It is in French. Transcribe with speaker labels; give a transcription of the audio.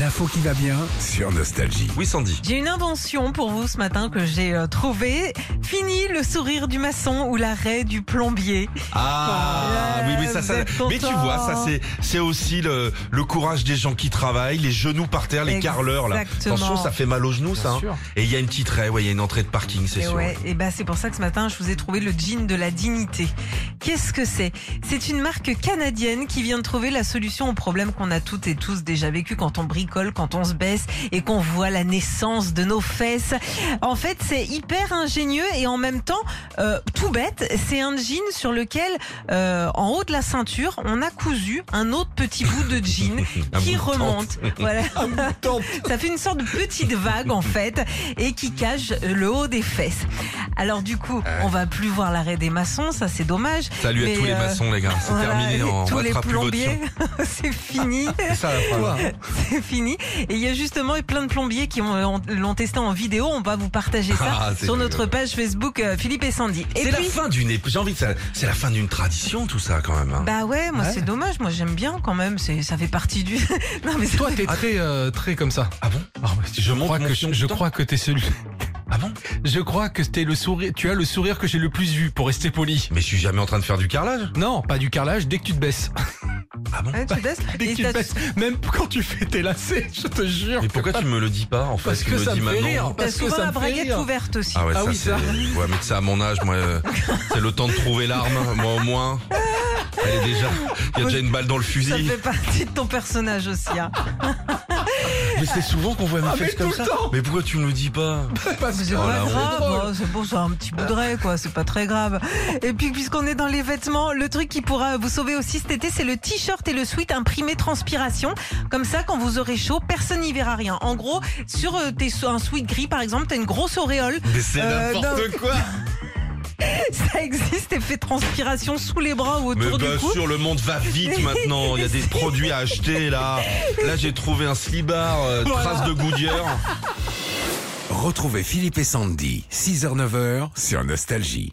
Speaker 1: L'info qui va bien sur Nostalgie.
Speaker 2: Oui, Sandy.
Speaker 3: J'ai une invention pour vous ce matin que j'ai euh, trouvée. Fini le sourire du maçon ou l'arrêt du plombier.
Speaker 2: Ah,
Speaker 3: Ouais,
Speaker 2: oui, mais ça,
Speaker 3: vous
Speaker 2: ça.
Speaker 3: êtes content.
Speaker 2: Mais tu vois, ça, c'est, c'est aussi le, le courage des gens qui travaillent, les genoux par terre, les carleurs, là.
Speaker 3: Exactement.
Speaker 2: Attention, ça fait mal aux genoux, ça. hein. Et il y a une petite raie, ouais, il y a une entrée de parking, c'est
Speaker 3: Et
Speaker 2: sûr.
Speaker 3: ouais, et ben c'est pour ça que ce matin je vous ai trouvé le jean de la dignité. Qu'est-ce que c'est C'est une marque canadienne qui vient de trouver la solution au problème qu'on a toutes et tous déjà vécu quand on bricole, quand on se baisse et qu'on voit la naissance de nos fesses. En fait, c'est hyper ingénieux et en même temps euh, tout bête. C'est un jean sur lequel euh, en haut de la ceinture on a cousu un autre petit bout de jean
Speaker 2: Un bout
Speaker 3: qui
Speaker 2: de tente.
Speaker 3: remonte. Voilà. Ça fait une sorte de petite vague en fait et qui cache le haut des fesses. Alors du coup, on va plus voir l'arrêt des maçons, ça c'est dommage.
Speaker 2: Salut
Speaker 3: Mais,
Speaker 2: à tous les
Speaker 3: euh,
Speaker 2: maçons, les gars. C'est
Speaker 3: Voilà,
Speaker 2: terminé.
Speaker 3: et
Speaker 2: On
Speaker 3: tous les
Speaker 2: battra plus votre
Speaker 3: plombiers, c'est fini,
Speaker 2: C'est ça, la phrase.
Speaker 3: c'est fini. Et il y a justement eu plein de plombiers qui ont- ont- l'ont testé en vidéo. On va vous partager ça
Speaker 2: Ah, c'est
Speaker 3: sur
Speaker 2: rigolo.
Speaker 3: notre page Facebook euh, Philippe et Sandy. Et
Speaker 2: C'est la
Speaker 3: puis,
Speaker 2: fin d'une, ép- j'ai envie de ça. C'est la fin d'une tradition, tout ça, quand même. hein.
Speaker 3: bah ouais, moi c'est dommage. Moi j'aime bien quand même. C'est, ça fait partie du. non mais ça
Speaker 4: Toi,
Speaker 3: fait-
Speaker 4: t'es très, euh, très comme ça.
Speaker 3: Bah-
Speaker 2: Ah bon?
Speaker 4: Ah ouais,
Speaker 2: Je monte
Speaker 4: crois
Speaker 2: mon
Speaker 4: que
Speaker 2: fion
Speaker 4: je, je
Speaker 2: tout le
Speaker 4: crois que t'es celui.
Speaker 2: Ah bon?
Speaker 4: Je crois que t'es le sourire. Tu as le sourire que j'ai le plus vu pour rester poli.
Speaker 2: Mais je suis jamais en train de faire du carrelage.
Speaker 4: Non, pas du carrelage. Dès que tu te baisses.
Speaker 2: Ah bon?
Speaker 3: Ouais, tu baisses.
Speaker 4: Dès que
Speaker 3: Et
Speaker 4: tu
Speaker 3: t'as-
Speaker 4: te baisses. Même quand tu fais tes lacets. Je te jure.
Speaker 2: Mais pourquoi tu me le dis pas, en fait?
Speaker 4: Parce
Speaker 2: Tu
Speaker 4: que
Speaker 2: me
Speaker 4: ça
Speaker 2: dis
Speaker 4: me fait
Speaker 2: maintenant.
Speaker 4: rire.
Speaker 3: T'as
Speaker 4: Parce que
Speaker 3: souvent
Speaker 4: ça me
Speaker 3: la
Speaker 4: fait
Speaker 3: braguette
Speaker 4: rire.
Speaker 3: ouverte aussi.
Speaker 2: Ah ouais,
Speaker 4: Ah
Speaker 2: ça,
Speaker 4: oui,
Speaker 2: c'est...
Speaker 4: ça.
Speaker 2: Ouais, mais ça, à mon âge, moi, euh, c'est le temps de trouver l'arme. Moi, au moins, elle est déjà. Il y a déjà une balle dans le
Speaker 3: Ça
Speaker 2: fusil.
Speaker 3: fait partie de ton personnage aussi. hein.
Speaker 2: Mais c'est souvent qu'on voit mes
Speaker 4: Ah, mais
Speaker 2: fesses comme
Speaker 4: tout le
Speaker 2: ça.
Speaker 4: temps.
Speaker 2: Mais pourquoi tu me le dis pas
Speaker 4: Parce
Speaker 3: C'est
Speaker 4: que-
Speaker 2: Oh,
Speaker 3: pas
Speaker 2: la honte.
Speaker 3: grave, hein, c'est bon, c'est un petit bout de raie, quoi, c'est pas très grave. Et puis, puisqu'on est dans les vêtements, le truc qui pourra vous sauver aussi cet été, c'est le t-shirt et le sweat imprimé transpiration. Comme ça, quand vous aurez chaud, personne n'y verra rien. En gros, sur euh, tes, un sweat gris, par exemple, t'as une grosse auréole.
Speaker 2: Mais c'est
Speaker 3: Euh,
Speaker 2: n'importe quoi
Speaker 3: Ça existe, et fait transpiration sous les bras ou
Speaker 2: Mais
Speaker 3: autour
Speaker 2: bien
Speaker 3: du cou.
Speaker 2: sûr, le monde va vite maintenant. Il y a des produits à acheter là. Là, j'ai trouvé un slibard, euh, trace de Goodyear.
Speaker 1: Retrouvez Philippe et Sandy, 6h-9h sur Nostalgie.